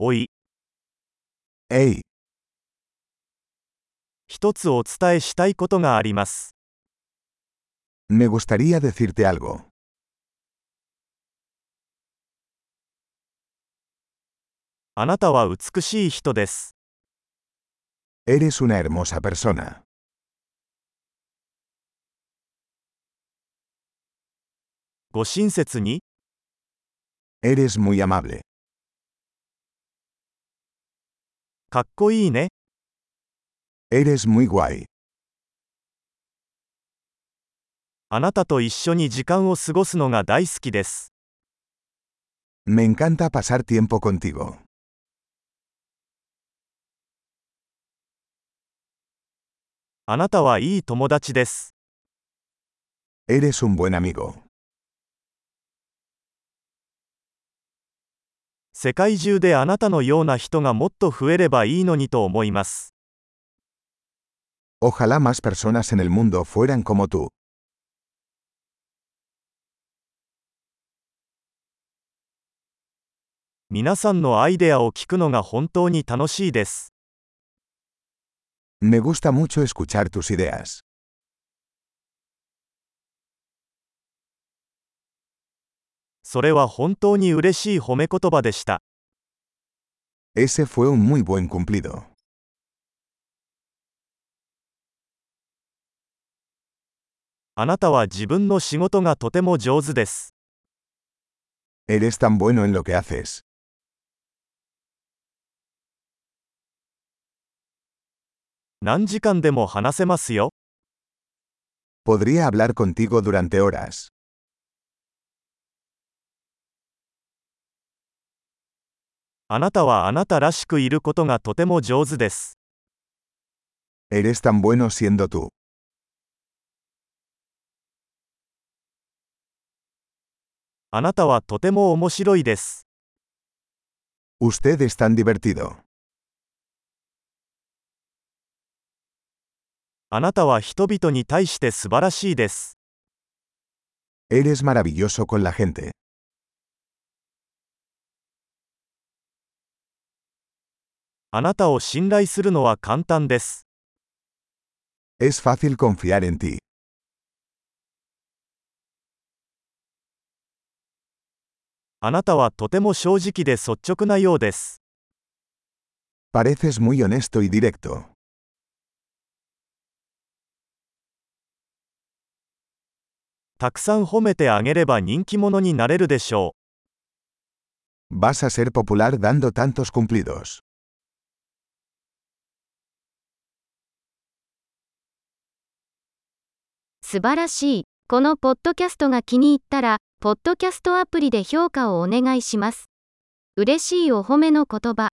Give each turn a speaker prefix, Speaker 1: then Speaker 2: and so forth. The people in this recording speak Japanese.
Speaker 1: おい、
Speaker 2: A.
Speaker 1: 一つお伝えしたいことがあります。
Speaker 2: Me gustaría decirte algo.
Speaker 1: あなたは美しい人です。
Speaker 2: Eres una hermosa persona.
Speaker 1: ご親切に、
Speaker 2: Eres muy amable.
Speaker 1: かっこいいね。
Speaker 2: Eres muy guay.
Speaker 1: あなたと一緒に時間を過ごすのが大好きです。
Speaker 2: Me encanta pasar tiempo contigo.
Speaker 1: あなたはいい友達です。
Speaker 2: Eres un buen amigo.
Speaker 1: 世界中であなたのような人がもっと増えればいいのにと思います。
Speaker 2: Ojalá más personas en el mundo fueran como tú.
Speaker 1: 皆さんのアイデアを聞くのが本当に楽しいです。
Speaker 2: Me gusta mucho escuchar tus ideas.
Speaker 1: それは本当に嬉しい褒め言葉でした。
Speaker 2: Ese fue un muy buen cumplido.
Speaker 1: あなたは自分の仕事がとても上手です。
Speaker 2: Eres tan bueno en lo que haces.
Speaker 1: 何時間でも話せますよ。
Speaker 2: Podría hablar contigo durante horas.
Speaker 1: あなたはあなたらしくいることがとても上手です。
Speaker 2: Eres tan bueno siendo tú.
Speaker 1: あなたはとても面白いです。
Speaker 2: Usted es tan divertido.
Speaker 1: あなたは人々に対して素晴らしいです。
Speaker 2: Eres maravilloso con la gente.
Speaker 1: あなたを信頼するのは簡単です。
Speaker 2: Es fácil confiar en ti.
Speaker 1: あなたはとても正直で率直なようです。
Speaker 2: Pareces muy honesto y directo.
Speaker 1: たくさん褒めてあげれば人気者になれるでしょう。
Speaker 2: Vas a ser popular dando tantos cumplidos.
Speaker 3: 素晴らしい。このポッドキャストが気に入ったら、ポッドキャストアプリで評価をお願いします。嬉しいお褒めの言葉。